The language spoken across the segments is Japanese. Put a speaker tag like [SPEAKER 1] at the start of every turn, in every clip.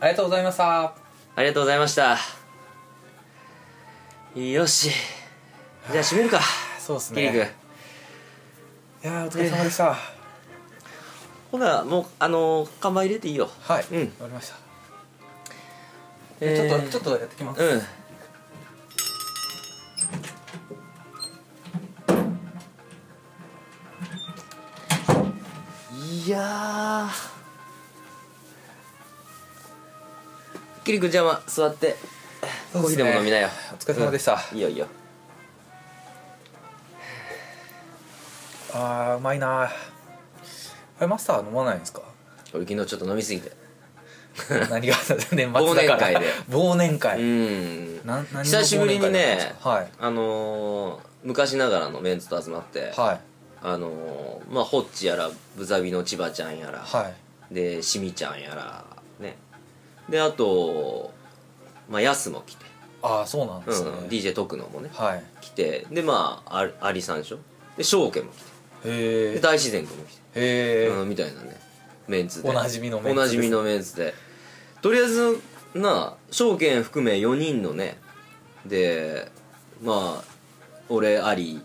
[SPEAKER 1] ありがとうございました
[SPEAKER 2] ありがとうございましたよしじゃあ閉めるか
[SPEAKER 1] そうです
[SPEAKER 2] キリ君
[SPEAKER 1] ねいやーお疲れ様でした、
[SPEAKER 2] ほなもうあのー看板入れていいよ
[SPEAKER 1] はい、
[SPEAKER 2] うん
[SPEAKER 1] 終わりました、
[SPEAKER 2] えー
[SPEAKER 1] ちょっとちょっとやってきます、
[SPEAKER 2] うんいやーキリ君じゃあまあ座って
[SPEAKER 1] そ
[SPEAKER 2] コ
[SPEAKER 1] う
[SPEAKER 2] ー
[SPEAKER 1] っ
[SPEAKER 2] ヒー
[SPEAKER 1] すね
[SPEAKER 2] でも飲みなよ
[SPEAKER 1] お疲れ様でした、
[SPEAKER 2] いいよいいよ
[SPEAKER 1] あーうまいなーあれマスター飲まないん ですか
[SPEAKER 2] 俺昨日ちょっと飲みすぎて
[SPEAKER 1] 何が年末だから
[SPEAKER 2] 忘
[SPEAKER 1] 忘年
[SPEAKER 2] 年会でう
[SPEAKER 1] 会、
[SPEAKER 2] ーん
[SPEAKER 1] なん、何の忘年会だったんですか
[SPEAKER 2] 久しぶりにね
[SPEAKER 1] はい
[SPEAKER 2] あのー昔ながらのメンツと集まって、
[SPEAKER 1] はい
[SPEAKER 2] あのーまあホッチやらブザビの千葉ちゃんやら、
[SPEAKER 1] はい
[SPEAKER 2] でしみちゃんやらねであとまあやすも来て、
[SPEAKER 1] ああそうなん
[SPEAKER 2] う
[SPEAKER 1] ですね、
[SPEAKER 2] ん、DJ 徳野もね
[SPEAKER 1] はい
[SPEAKER 2] 来てでまああアリさんでしょで翔家も来て
[SPEAKER 1] へ
[SPEAKER 2] で
[SPEAKER 1] え
[SPEAKER 2] 大自然君も来て、
[SPEAKER 1] へえ、
[SPEAKER 2] うん、みたいなねメンツで
[SPEAKER 1] おなじみのメンツ
[SPEAKER 2] おなじみのメンツでとりあえずなあ証券含め4人のねでまあ俺あり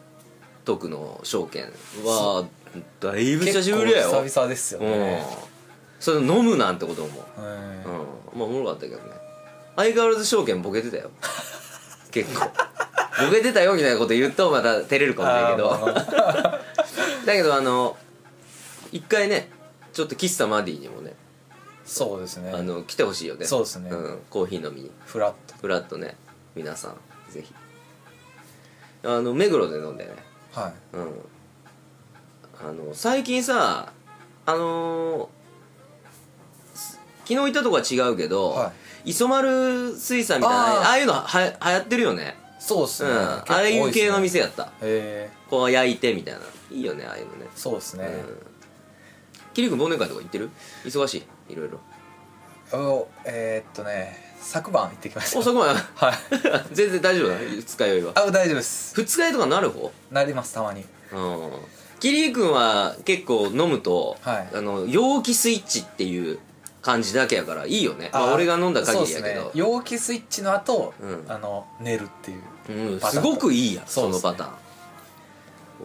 [SPEAKER 2] 徳の証券はだいぶ久しぶりやよ
[SPEAKER 1] 結構久々ですよね
[SPEAKER 2] うんそれ飲むなんてことも
[SPEAKER 1] うん
[SPEAKER 2] うんまあおもろかったけどね相変わらず証券ボケてたよ 結構ボケてたよみたいなこと言うとまた照れるかもしれないけど
[SPEAKER 1] あーまあ
[SPEAKER 2] だけどあの一回ねちょっと喫茶マディにもね
[SPEAKER 1] そうです ね
[SPEAKER 2] あの来てほしいよね
[SPEAKER 1] そうですね
[SPEAKER 2] ん、コーヒー飲みに
[SPEAKER 1] フラット
[SPEAKER 2] フラッとね皆さんぜひあの目黒で飲んでね
[SPEAKER 1] はい
[SPEAKER 2] うんあの最近さあのーす昨日行ったとこは違うけど、
[SPEAKER 1] は
[SPEAKER 2] 磯丸水産みたい
[SPEAKER 1] あ
[SPEAKER 2] な
[SPEAKER 1] ー
[SPEAKER 2] ああいうのはは流行ってるよね
[SPEAKER 1] そうです
[SPEAKER 2] うん
[SPEAKER 1] ね、
[SPEAKER 2] ああいう系の店
[SPEAKER 1] へ
[SPEAKER 2] やった
[SPEAKER 1] え
[SPEAKER 2] こう焼いてみたいないいよねああいうのね
[SPEAKER 1] そうですね、
[SPEAKER 2] うんキリ君忘年会とか行ってる忙しいいろいろ
[SPEAKER 1] おえー、っとね昨晩行ってきました
[SPEAKER 2] おそこまで
[SPEAKER 1] はい
[SPEAKER 2] 全然大丈夫だ二日酔いは
[SPEAKER 1] あ大丈夫です
[SPEAKER 2] 二日酔いとかなる方
[SPEAKER 1] なりますたまに
[SPEAKER 2] うんキリ君は結構飲むと、
[SPEAKER 1] はい
[SPEAKER 2] あの陽気スイッチっていう感じだけやからいいよねまあ、
[SPEAKER 1] ー
[SPEAKER 2] 俺が飲んだ
[SPEAKER 1] そうで
[SPEAKER 2] 限り
[SPEAKER 1] す
[SPEAKER 2] や
[SPEAKER 1] ね
[SPEAKER 2] けど
[SPEAKER 1] 陽気スイッチの後、
[SPEAKER 2] うん
[SPEAKER 1] あの寝るっていう
[SPEAKER 2] うん、
[SPEAKER 1] パタ
[SPEAKER 2] す
[SPEAKER 1] ーン
[SPEAKER 2] ごくいいやん
[SPEAKER 1] そ
[SPEAKER 2] そう
[SPEAKER 1] っす
[SPEAKER 2] の
[SPEAKER 1] ね
[SPEAKER 2] パターン、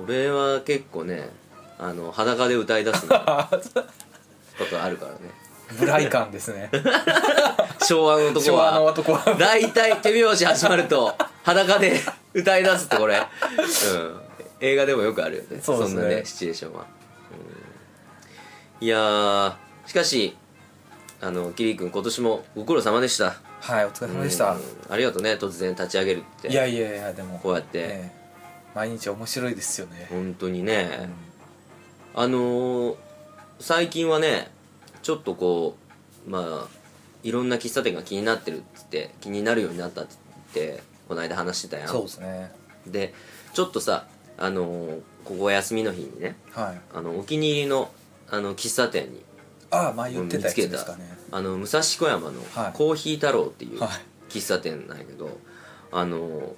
[SPEAKER 2] 俺は結構ねあの裸で歌い出す のことあるからね
[SPEAKER 1] ブライ感です ね
[SPEAKER 2] 昭和のとこ
[SPEAKER 1] 昭和の
[SPEAKER 2] は
[SPEAKER 1] 男は
[SPEAKER 2] 大体手拍子始まると裸で歌い出すってこれ、うん、映画でもよくあるよね
[SPEAKER 1] そうですね
[SPEAKER 2] んなねシチュエーションは、うんいやーしかしあのキリ君今年もご苦労様でした
[SPEAKER 1] はいお疲れ様でした
[SPEAKER 2] うんありがとうね突然立ち上げるって
[SPEAKER 1] いやいやいやでも
[SPEAKER 2] こうやって、
[SPEAKER 1] ね毎日面白いですよね
[SPEAKER 2] 本当にね、あのー最近はねちょっとこうまあいろんな喫茶店が気になってるっつって気になるようになったっつってこの間話してたや
[SPEAKER 1] そうんですね
[SPEAKER 2] でちょっとさあのーここ休みの日にね
[SPEAKER 1] はい
[SPEAKER 2] あのお気に入りのあの喫茶店に
[SPEAKER 1] ああ前言ってたやつ
[SPEAKER 2] 見つけ
[SPEAKER 1] で
[SPEAKER 2] た
[SPEAKER 1] すかね
[SPEAKER 2] あの武蔵小山の
[SPEAKER 1] はい
[SPEAKER 2] コーヒー太郎っていう
[SPEAKER 1] はい
[SPEAKER 2] 喫茶店なんやけど、あの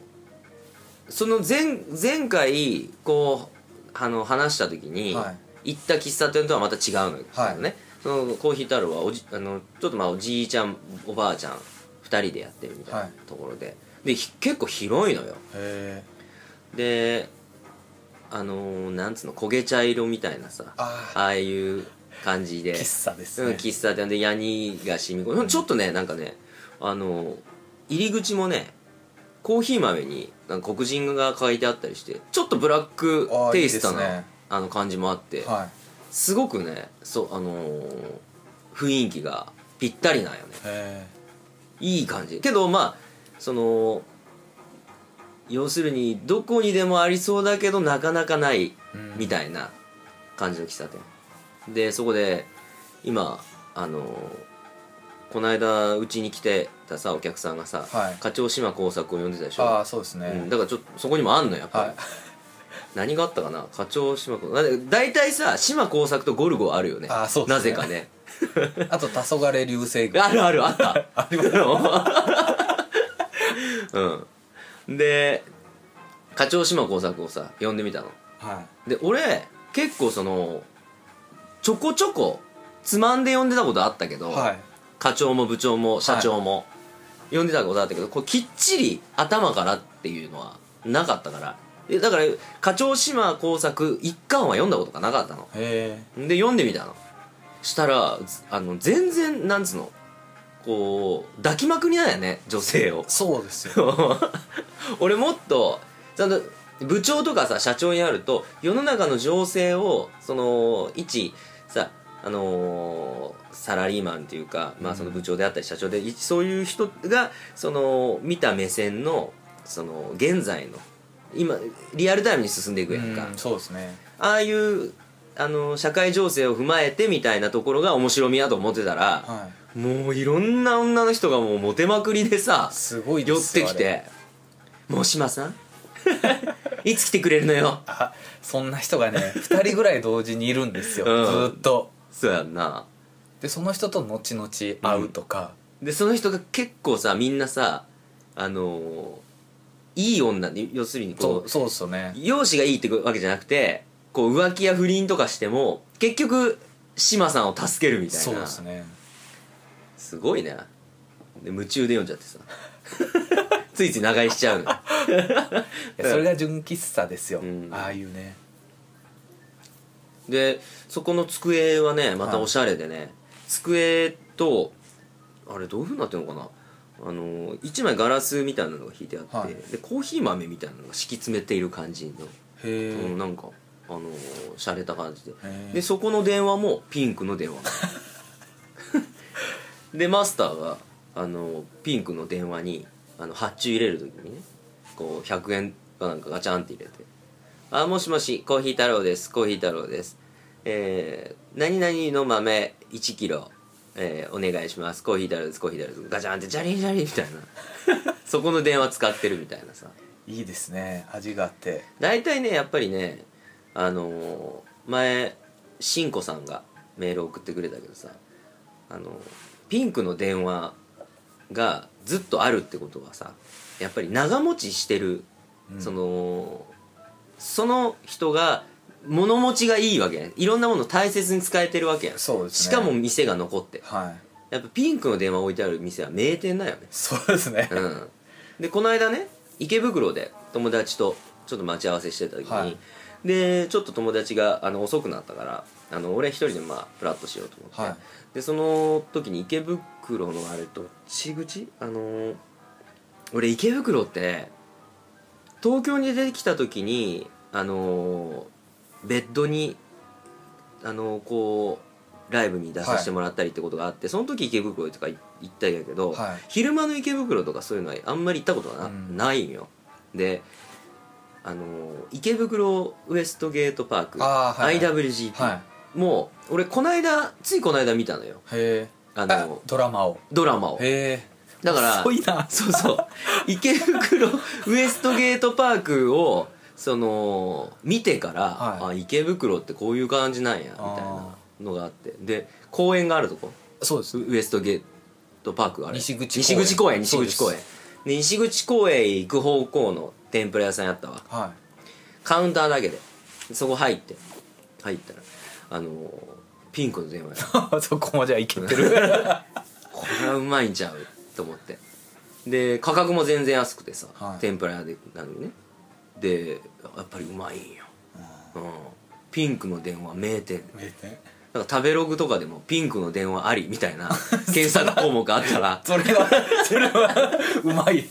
[SPEAKER 2] その前前回こうあの話した時に、
[SPEAKER 1] は
[SPEAKER 2] 行った喫茶店とはまた違うのよ、
[SPEAKER 1] はい
[SPEAKER 2] ねそのコーヒー太郎はおじあのちょっとまあおじいちゃんおばあちゃん2人でやってるみたい
[SPEAKER 1] は
[SPEAKER 2] ないところで、でひ結構広いのよ
[SPEAKER 1] へえ
[SPEAKER 2] であのなんつうの焦げ茶色みたいなさ
[SPEAKER 1] あ
[SPEAKER 2] ああいう感じで
[SPEAKER 1] 喫茶です
[SPEAKER 2] うん、
[SPEAKER 1] ね
[SPEAKER 2] 喫茶店でヤニが染み込むちょっとねなんかねあの入り口もねコーヒー豆になんか黒人が書いてあったりしてちょっとブラック
[SPEAKER 1] あー
[SPEAKER 2] テイスト
[SPEAKER 1] いい
[SPEAKER 2] な
[SPEAKER 1] ですね
[SPEAKER 2] あの感じもあって
[SPEAKER 1] は
[SPEAKER 2] すごくねそうあのー雰囲気がぴったりなんよね
[SPEAKER 1] いへ
[SPEAKER 2] いい感じけどまあその要するにどこにでもありそうだけどなかなかない
[SPEAKER 1] えうん
[SPEAKER 2] みたいな感じの喫茶店でそこで今あのこの間うちに来てたさお客さんがさ、
[SPEAKER 1] はい
[SPEAKER 2] 課長島耕作を呼んでたでしょ
[SPEAKER 1] ああそうです
[SPEAKER 2] うん、
[SPEAKER 1] ね
[SPEAKER 2] だからちょっとそこにもあんのやっぱり、
[SPEAKER 1] はい
[SPEAKER 2] 何があったかな課長島耕作大体さ島耕作とゴルゴあるよね
[SPEAKER 1] あーそうっすね
[SPEAKER 2] なぜかね
[SPEAKER 1] あと黄昏流星群
[SPEAKER 2] あるあるあったありうんで課長島耕作をさ呼んでみたの
[SPEAKER 1] は
[SPEAKER 2] で俺結構そのちょこちょこつまんで呼んでたことあったけど、
[SPEAKER 1] いはい
[SPEAKER 2] 課長も部長も社長も呼んでたことあったけどこうきっちり頭からっていうのはなかったからえだから課長島工作一巻は読んだことがなかったの
[SPEAKER 1] へ
[SPEAKER 2] で読んでみたのしたらずあの全然なんつうのこう抱きまくりなんやね女性を
[SPEAKER 1] えそうですよ
[SPEAKER 2] 俺もっとちゃんと部長とかさ社長になると世の中の情勢をその一さあのーサラリーマンっていうか、まあ、その部長であったり社長で、一そういう人がその見た目線のその現在の今リアルタイムに進んでいくやんか、
[SPEAKER 1] うんそうですね
[SPEAKER 2] ああいうあの社会情勢を踏まえてみたいなところが面白みやと思ってたら、
[SPEAKER 1] は
[SPEAKER 2] もういろんな女の人がもうモテまくりでさ
[SPEAKER 1] いすごい
[SPEAKER 2] 寄
[SPEAKER 1] で
[SPEAKER 2] っ
[SPEAKER 1] す
[SPEAKER 2] て
[SPEAKER 1] よ
[SPEAKER 2] き
[SPEAKER 1] あれ
[SPEAKER 2] て「もう島さん いつ来てくれるのよ
[SPEAKER 1] あそんな人がね 2人ぐらい同時にいるんですよ、
[SPEAKER 2] うん
[SPEAKER 1] ずーっと」
[SPEAKER 2] そうやんな
[SPEAKER 1] でその人と後々会うとか、
[SPEAKER 2] でその人が結構さみんなさあのーいい女要するに
[SPEAKER 1] そ
[SPEAKER 2] こ
[SPEAKER 1] う
[SPEAKER 2] う
[SPEAKER 1] そうですよね
[SPEAKER 2] 容姿がいいってわけじゃなくてこう浮気や不倫とかしても結局島さんを助けるみたいな
[SPEAKER 1] そうですね
[SPEAKER 2] すごいねで夢中で読んじゃってさ ついつい長居しちゃうの
[SPEAKER 1] いやそれが純喫茶ですよ、
[SPEAKER 2] うん
[SPEAKER 1] ああいうね
[SPEAKER 2] でそこの机はねまたおしゃれでね、机とあれどういうふうになってるのかなあの一枚ガラスみたいなのが引いてあって、
[SPEAKER 1] はい
[SPEAKER 2] でコーヒー豆みたいなのが敷き詰めている感じの、
[SPEAKER 1] へえ、
[SPEAKER 2] うんなんかあの洒落た感じで
[SPEAKER 1] へえ
[SPEAKER 2] でそこの電話もピンクの電話でマスターがあのピンクの電話にあの発注入れる時にねこう100円かなんかガチャンって入れて「あもしもしコーヒー太郎ですコーヒー太郎です」えー「何々の豆1キロ、えーお願いしますコーヒー太郎ですコーヒー太郎です」ガチャンってジャリンジャリンみたいなそこの電話使ってるみたいなさ
[SPEAKER 1] いいですね味があって
[SPEAKER 2] 大体ねやっぱりねあのー前しんこさんがメールを送ってくれたけどさあのーピンクの電話がずっとあるってことはさやっぱり長持ちしてる、そのその人が物持ちがいいわけやんいろんなものを大切に使えてるわけやん
[SPEAKER 1] そうですね
[SPEAKER 2] しかも店が残って
[SPEAKER 1] はい
[SPEAKER 2] やっぱピンクの電話置いてある店は名店だよね
[SPEAKER 1] そうですね、
[SPEAKER 2] うん、でこの間ね池袋で友達とちょっと待ち合わせしてた時に、
[SPEAKER 1] はい
[SPEAKER 2] でちょっと友達があの遅くなったからあの俺一人でまあプラッとしようと思って、
[SPEAKER 1] はい
[SPEAKER 2] でその時に池袋のあれどっち口あのー俺池袋って東京に出てきた時にあのーベッドにあのーこうライブに出させてもらったりってことがあって、その時池袋とか行ったんやけど、
[SPEAKER 1] はい
[SPEAKER 2] 昼間の池袋とかそういうのはあんまり行ったことがな,、
[SPEAKER 1] うん
[SPEAKER 2] ないんよであのー池袋ウエストゲートパーク
[SPEAKER 1] あーはいはい
[SPEAKER 2] IWGP、
[SPEAKER 1] は
[SPEAKER 2] もう俺この間ついこの間見たのよ
[SPEAKER 1] いへえ
[SPEAKER 2] あの
[SPEAKER 1] ドラマを
[SPEAKER 2] ドラマを
[SPEAKER 1] へえ
[SPEAKER 2] だから
[SPEAKER 1] 遅いな
[SPEAKER 2] そうそう池袋ウエストゲートパークをその見てから、
[SPEAKER 1] は
[SPEAKER 2] あ池袋ってこういう感じなんやみたいなのがあってで公園があるとこ
[SPEAKER 1] そうです
[SPEAKER 2] ウエストゲートパークがあれ
[SPEAKER 1] 西口公園
[SPEAKER 2] 西口
[SPEAKER 1] そう
[SPEAKER 2] 公園西口公園
[SPEAKER 1] で
[SPEAKER 2] で西口公園へ行く方向の天ぷら屋さんやったわ
[SPEAKER 1] は
[SPEAKER 2] カウンターだけでそこ入って入ったらあのーピンクの電話や
[SPEAKER 1] い そこまではいけてる
[SPEAKER 2] これはうまいんちゃうと思ってで価格も全然安くてさ、
[SPEAKER 1] はい
[SPEAKER 2] 天ぷら屋でなのにねでやっぱりうまいんよ、うんピンクの電話名店なんか食べログとかでもピンクの電話ありみ たいな検索項目あったら
[SPEAKER 1] それはそれはうまいう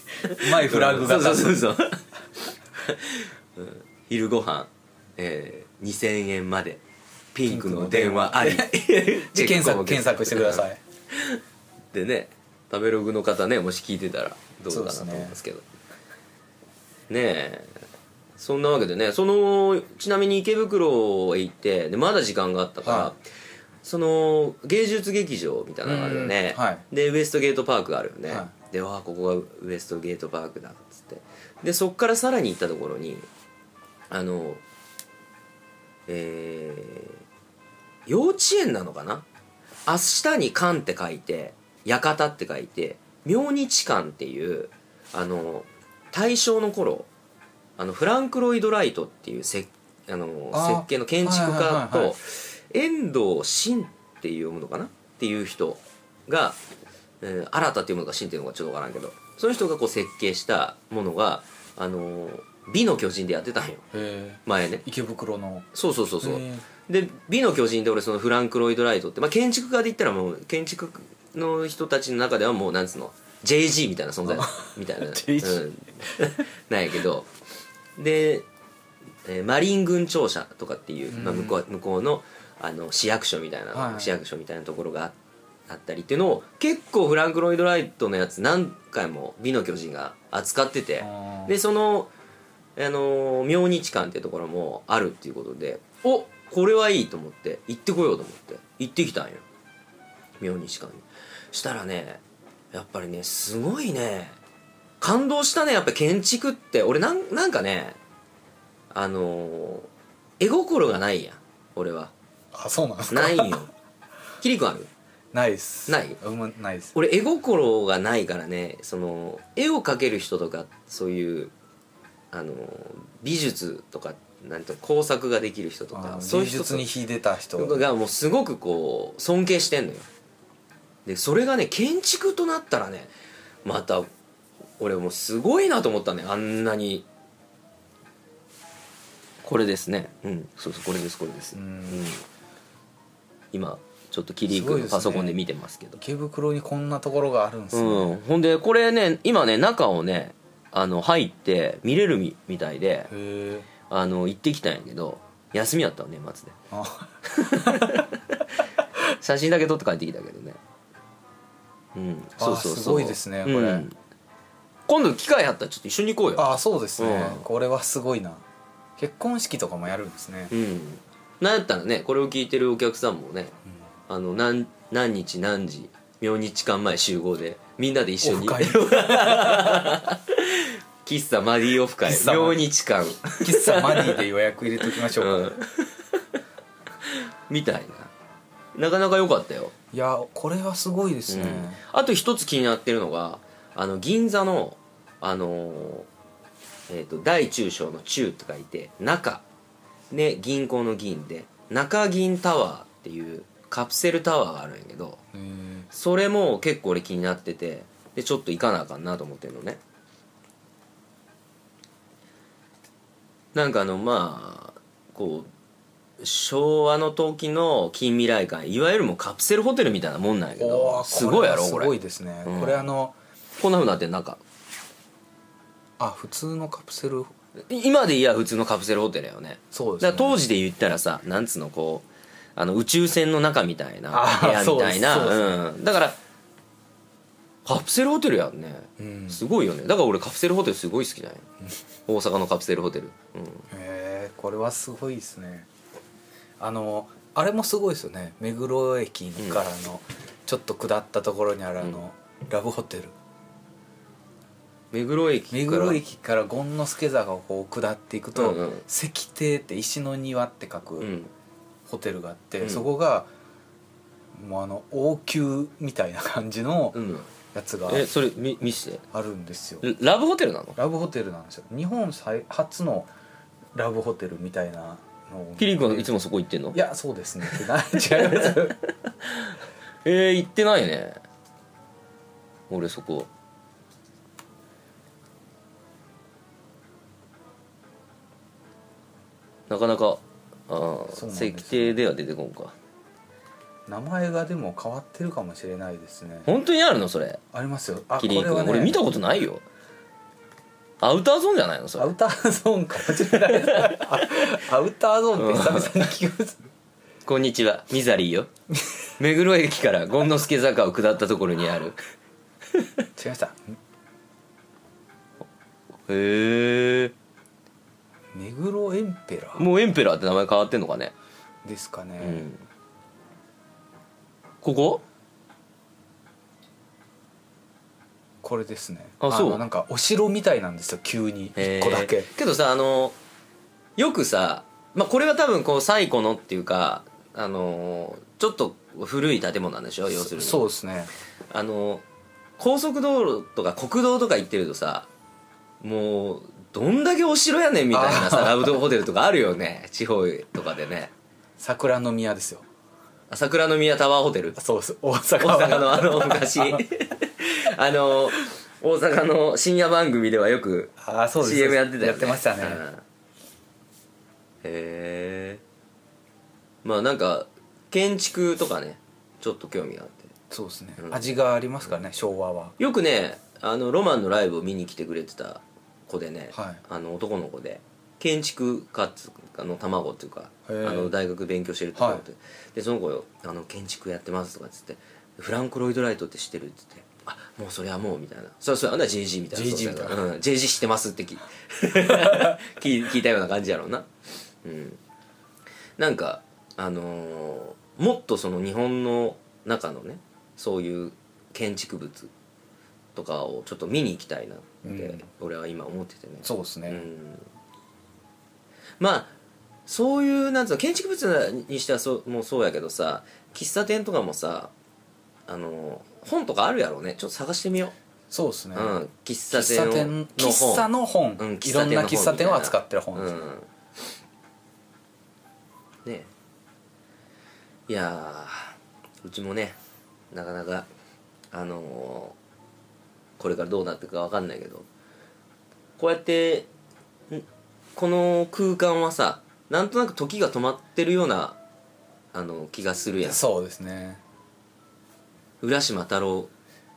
[SPEAKER 1] まいフラグが
[SPEAKER 2] そう
[SPEAKER 1] 立つ
[SPEAKER 2] そうそうそううん昼ご飯、えー、2000円までピンクの電話あり
[SPEAKER 1] で検索検索してくださ
[SPEAKER 2] い
[SPEAKER 1] い
[SPEAKER 2] でね食べログの方ねもし聞いてたらどうかなと
[SPEAKER 1] そうですね
[SPEAKER 2] 思いますけどねえそんなわけでねそのちなみに池袋へ行ってでまだ時間があったから、
[SPEAKER 1] は
[SPEAKER 2] その芸術劇場みたいなのがあるよね、
[SPEAKER 1] うんはい
[SPEAKER 2] でウエストゲートパークがあるよね、
[SPEAKER 1] は
[SPEAKER 2] でわあここがウエストゲートパークだっつってでそっからさらに行ったところにあのえー幼稚園なのかな明日に館って書いて館って書いて明日館っていうあの大正の頃あのフランク・ロイド・ライトっていうせあの
[SPEAKER 1] あー
[SPEAKER 2] 設計の建
[SPEAKER 1] はい
[SPEAKER 2] 築
[SPEAKER 1] はい
[SPEAKER 2] 家
[SPEAKER 1] はいは
[SPEAKER 2] と
[SPEAKER 1] い
[SPEAKER 2] 遠藤真っていう読むのかなっていう人がえー新たっていうものか新っていうのかちょっとわからんけどその人がこう設計したものが、あのー美の巨人でやってたんよ
[SPEAKER 1] え
[SPEAKER 2] 前ね
[SPEAKER 1] 池袋の
[SPEAKER 2] そうそうそうそう、
[SPEAKER 1] え
[SPEAKER 2] で美の巨人で俺そのフランク・ロイド・ライトって、まあ、建築家で言ったらもう建築の人たちの中ではもうなんつうの JG みたいな存在みたいな、
[SPEAKER 1] JG
[SPEAKER 2] うん、なんやけどで、えーマリン軍庁舎とかっていう、まあ、向こう向こうのあの市役所みたいな、
[SPEAKER 1] はいはい
[SPEAKER 2] 市役所みたいなところがああったりっていうのを結構フランク・ロイド・ライトのやつ何回も美の巨人が扱ってて。
[SPEAKER 1] あー
[SPEAKER 2] でその、あのー明日館っていうところもあるっていうことでおこれはいいと思って行ってこようと思って行ってきたんよ明日館にしたらねやっぱりねすごいね感動したねやっぱ建築って俺なんなんかねあのー絵心がないやん俺は
[SPEAKER 1] あそうなんですか
[SPEAKER 2] ないんよキリ君ある
[SPEAKER 1] ないっす
[SPEAKER 2] ない
[SPEAKER 1] うんまないっす
[SPEAKER 2] 俺絵心がないからねその絵を描ける人とかそういうあの美術とかなんていうの工作ができる人と
[SPEAKER 1] あ
[SPEAKER 2] か
[SPEAKER 1] ー
[SPEAKER 2] そういう
[SPEAKER 1] 芸
[SPEAKER 2] 人
[SPEAKER 1] 術に秀でた人
[SPEAKER 2] とがもうすごくこう尊敬してんのよでそれがね建築となったらねまた俺もうすごいなと思ったねあんなにこれですねうんそうそうこれですこれです、
[SPEAKER 1] うん
[SPEAKER 2] 今ちょっとキリ君のパソコンで見てますけど
[SPEAKER 1] 池袋にこんなところがあるんですね、
[SPEAKER 2] うん、ほんでこれね今ね中をねあの入って見れるみみたいで
[SPEAKER 1] へえ
[SPEAKER 2] あの行ってきたんやけど休みやったわ年末で
[SPEAKER 1] あ
[SPEAKER 2] 写真だけ撮って帰ってきたけどねうん
[SPEAKER 1] あー
[SPEAKER 2] そうそうそう
[SPEAKER 1] すごいですねこれ
[SPEAKER 2] うん今度機会あったらちょっと一緒に行こうよ
[SPEAKER 1] あーそうですね、
[SPEAKER 2] うん
[SPEAKER 1] これはすごいな結婚式とかもやるんですね、
[SPEAKER 2] うんなんやったらねこれを聞いてるお客さんもねあの何何日何時明日間前集合でみんなで一緒に
[SPEAKER 1] オフ会
[SPEAKER 2] 喫茶マディオフ会
[SPEAKER 1] 喫茶
[SPEAKER 2] 明
[SPEAKER 1] マ
[SPEAKER 2] 日間
[SPEAKER 1] 喫茶マディで予約入れときましょうか、
[SPEAKER 2] うん、みたいななかなか良かったよ、
[SPEAKER 1] いやこれはすごいです
[SPEAKER 2] う
[SPEAKER 1] ね、
[SPEAKER 2] んあと一つ気になってるのがあの銀座のあのーえー、と大中小の中って書いて中ね銀行の銀で中銀タワーっていうカプセルタワーがあるんやけど
[SPEAKER 1] へー
[SPEAKER 2] それも結構俺気になっててでちょっと行かなあかんなと思ってるのねなんかあのまあこう昭和の時の近未来感いわゆるもうカプセルホテルみたいなもんなんやけ
[SPEAKER 1] お
[SPEAKER 2] ど
[SPEAKER 1] ー
[SPEAKER 2] すごいやろこれ
[SPEAKER 1] すごいですね、
[SPEAKER 2] うん
[SPEAKER 1] これあの
[SPEAKER 2] こんなふうになってんなんか
[SPEAKER 1] あ普通のカプセル
[SPEAKER 2] い今でいや普通のカプセルホテルやよね
[SPEAKER 1] そう
[SPEAKER 2] だ
[SPEAKER 1] です
[SPEAKER 2] か
[SPEAKER 1] ね
[SPEAKER 2] ら当時で言ったらさなんつうのこうあの宇宙船の中みたいな
[SPEAKER 1] あー
[SPEAKER 2] 部屋みたいな
[SPEAKER 1] そうですそう
[SPEAKER 2] うん、だからカプセルホテルやんね
[SPEAKER 1] うん
[SPEAKER 2] すごいよねだから俺カプセルホテルすごい好きだよ大阪のカプセルホテル、うん、
[SPEAKER 1] へえこれはすごいですねあのあれもすごいですよね目黒駅からのちょっと下ったところにあるあの、ラブホテル
[SPEAKER 2] 目黒駅から
[SPEAKER 1] 目黒駅から権之助坂をこう下っていくと、
[SPEAKER 2] うんうん
[SPEAKER 1] 石庭って石の庭って書
[SPEAKER 2] う
[SPEAKER 1] く
[SPEAKER 2] ん
[SPEAKER 1] ホテルがあって、
[SPEAKER 2] うん
[SPEAKER 1] そこがもうあの王宮みたいな感じの
[SPEAKER 2] うん
[SPEAKER 1] やつが
[SPEAKER 2] えそれ見見して
[SPEAKER 1] あるんですよ、
[SPEAKER 2] ラブホテルなの
[SPEAKER 1] ラブホテルなんですよ日本最初のラブホテルみたいなのを
[SPEAKER 2] キリ君はいつもそこ行ってんの
[SPEAKER 1] いやそうですね ってな違います
[SPEAKER 2] えー、行ってないね俺そこなかなかあ
[SPEAKER 1] そう
[SPEAKER 2] ー
[SPEAKER 1] なんですよ
[SPEAKER 2] 石庭では出てこんか
[SPEAKER 1] 名前がでも変わってるかもしれないですね
[SPEAKER 2] 本当にあるのそれ
[SPEAKER 1] ありますよあ
[SPEAKER 2] キリ
[SPEAKER 1] こ
[SPEAKER 2] ン
[SPEAKER 1] れは
[SPEAKER 2] 君
[SPEAKER 1] ね
[SPEAKER 2] 俺見たことないよアウターゾーンじゃないのそれ
[SPEAKER 1] アウターゾーンかもしれない あアウターゾーンって久々に聞きます
[SPEAKER 2] こんにちはミザリ ーよ目黒駅から権之助坂を下ったところにある
[SPEAKER 1] 違いました
[SPEAKER 2] へえ
[SPEAKER 1] 目黒エンペラー
[SPEAKER 2] もうエンペラーって名前変わってんのかね
[SPEAKER 1] ですかね、
[SPEAKER 2] うんここ
[SPEAKER 1] これですね
[SPEAKER 2] あそう
[SPEAKER 1] のなんかお城みたいなんですよ急に
[SPEAKER 2] へ
[SPEAKER 1] 一
[SPEAKER 2] ー
[SPEAKER 1] 個だけ
[SPEAKER 2] けどさあのよくさ、まあ、これは多分こう最古のっていうかあのちょっと古い建物なんでしょ要するに
[SPEAKER 1] そうですね
[SPEAKER 2] あの高速道路とか国道とか行ってるとさもうどんだけお城やねんみたいなさラブドホテルとかあるよね地方とかでね
[SPEAKER 1] 桜の宮ですよ
[SPEAKER 2] あ桜の宮タワーホテル
[SPEAKER 1] そうです大
[SPEAKER 2] 大
[SPEAKER 1] 阪
[SPEAKER 2] 阪
[SPEAKER 1] は
[SPEAKER 2] のあの昔あの大阪の深夜番組ではよく
[SPEAKER 1] ああそうです
[SPEAKER 2] CM やってたよ、ね、
[SPEAKER 1] やってましたね、
[SPEAKER 2] うんへえまあなんか建築とかねちょっと興味があって
[SPEAKER 1] そうですね、
[SPEAKER 2] うん
[SPEAKER 1] 味がありますからね昭和は
[SPEAKER 2] よくねあのロマンのライブを見に来てくれてた子でね、
[SPEAKER 1] はい
[SPEAKER 2] あの男の子で建築家っつうかあの卵っていうかあ
[SPEAKER 1] へえ
[SPEAKER 2] の大学勉強してるってことで,、でその子あの建築やってます」とかっつって「フランク・ロイド・ライトって知ってる?」っつって「あもうそれはもう」みたいな「それはそれあんな JG みたいな
[SPEAKER 1] JG
[SPEAKER 2] そうだよ
[SPEAKER 1] みたい
[SPEAKER 2] うん、JG 知ってます」って 聞聞い聞いたような感じやろうなうんなんかあのーもっとその日本の中のねそういう建築物とかをちょっと見に行きたいなって俺は今思っててね、
[SPEAKER 1] そうですね、
[SPEAKER 2] うんまあそういうなんつうの建築物にしてはそうもうそうやけどさ喫茶店とかもさあの本とかあるやろうねちょっと探してみよ
[SPEAKER 1] そうです
[SPEAKER 2] う、
[SPEAKER 1] ね、
[SPEAKER 2] うん、喫茶
[SPEAKER 1] 喫茶
[SPEAKER 2] 店
[SPEAKER 1] 店
[SPEAKER 2] の本
[SPEAKER 1] 喫茶の本、
[SPEAKER 2] うん
[SPEAKER 1] いろんな喫茶店を扱ってる
[SPEAKER 2] う
[SPEAKER 1] 本
[SPEAKER 2] ん
[SPEAKER 1] です、
[SPEAKER 2] ねえいやーうちもねなかなかあのーこれからどうなっていくかわかんないけどこうやってんこの空間はさなんとなく時が止まってるようなあの気がするやん
[SPEAKER 1] そうですね
[SPEAKER 2] 浦島太郎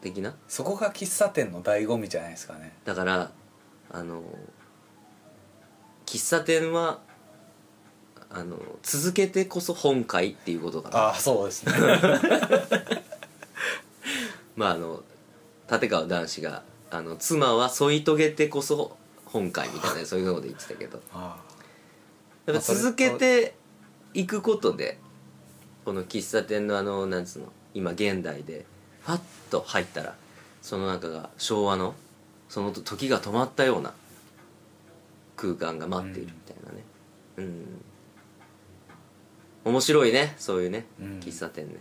[SPEAKER 2] 的な
[SPEAKER 1] そこが喫茶店の醍醐味じゃないですかね
[SPEAKER 2] だからあの喫茶店はあの続けてこそ本会っていうことかな
[SPEAKER 1] ああそうですね
[SPEAKER 2] まああの立川男子があの妻は添い遂げてこそ本会みたいなそういうこと言ってたけど
[SPEAKER 1] あ
[SPEAKER 2] やっぱ続けていくことでこの喫茶店のあのなんつうの今現代でファッと入ったらその中が昭和のその時が止まったような空間が待っているみたいなねうん、面白いねそういうね、
[SPEAKER 1] うん
[SPEAKER 2] 喫茶店ね、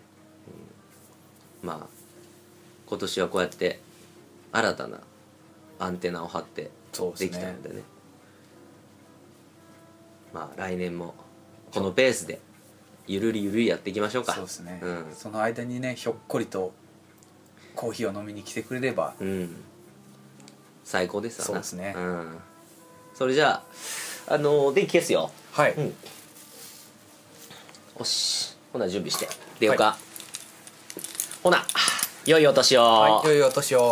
[SPEAKER 2] うんまあ今年はこうやって新たなアンテナを張って
[SPEAKER 1] そうです
[SPEAKER 2] で
[SPEAKER 1] ね
[SPEAKER 2] きたのでねまあ来年もこのペースでゆるりゆるりやっていきましょう
[SPEAKER 1] あ
[SPEAKER 2] か
[SPEAKER 1] そうですね、
[SPEAKER 2] うん、
[SPEAKER 1] その間にねひょっこりとコーヒーを飲みに来てくれれば
[SPEAKER 2] うん、最高ですわな
[SPEAKER 1] そうですね
[SPEAKER 2] ん、それじゃああの電気消すよ
[SPEAKER 1] はい、
[SPEAKER 2] うんおしほな準備して出ようか、ほな良いお年を、
[SPEAKER 1] はい、良いお年を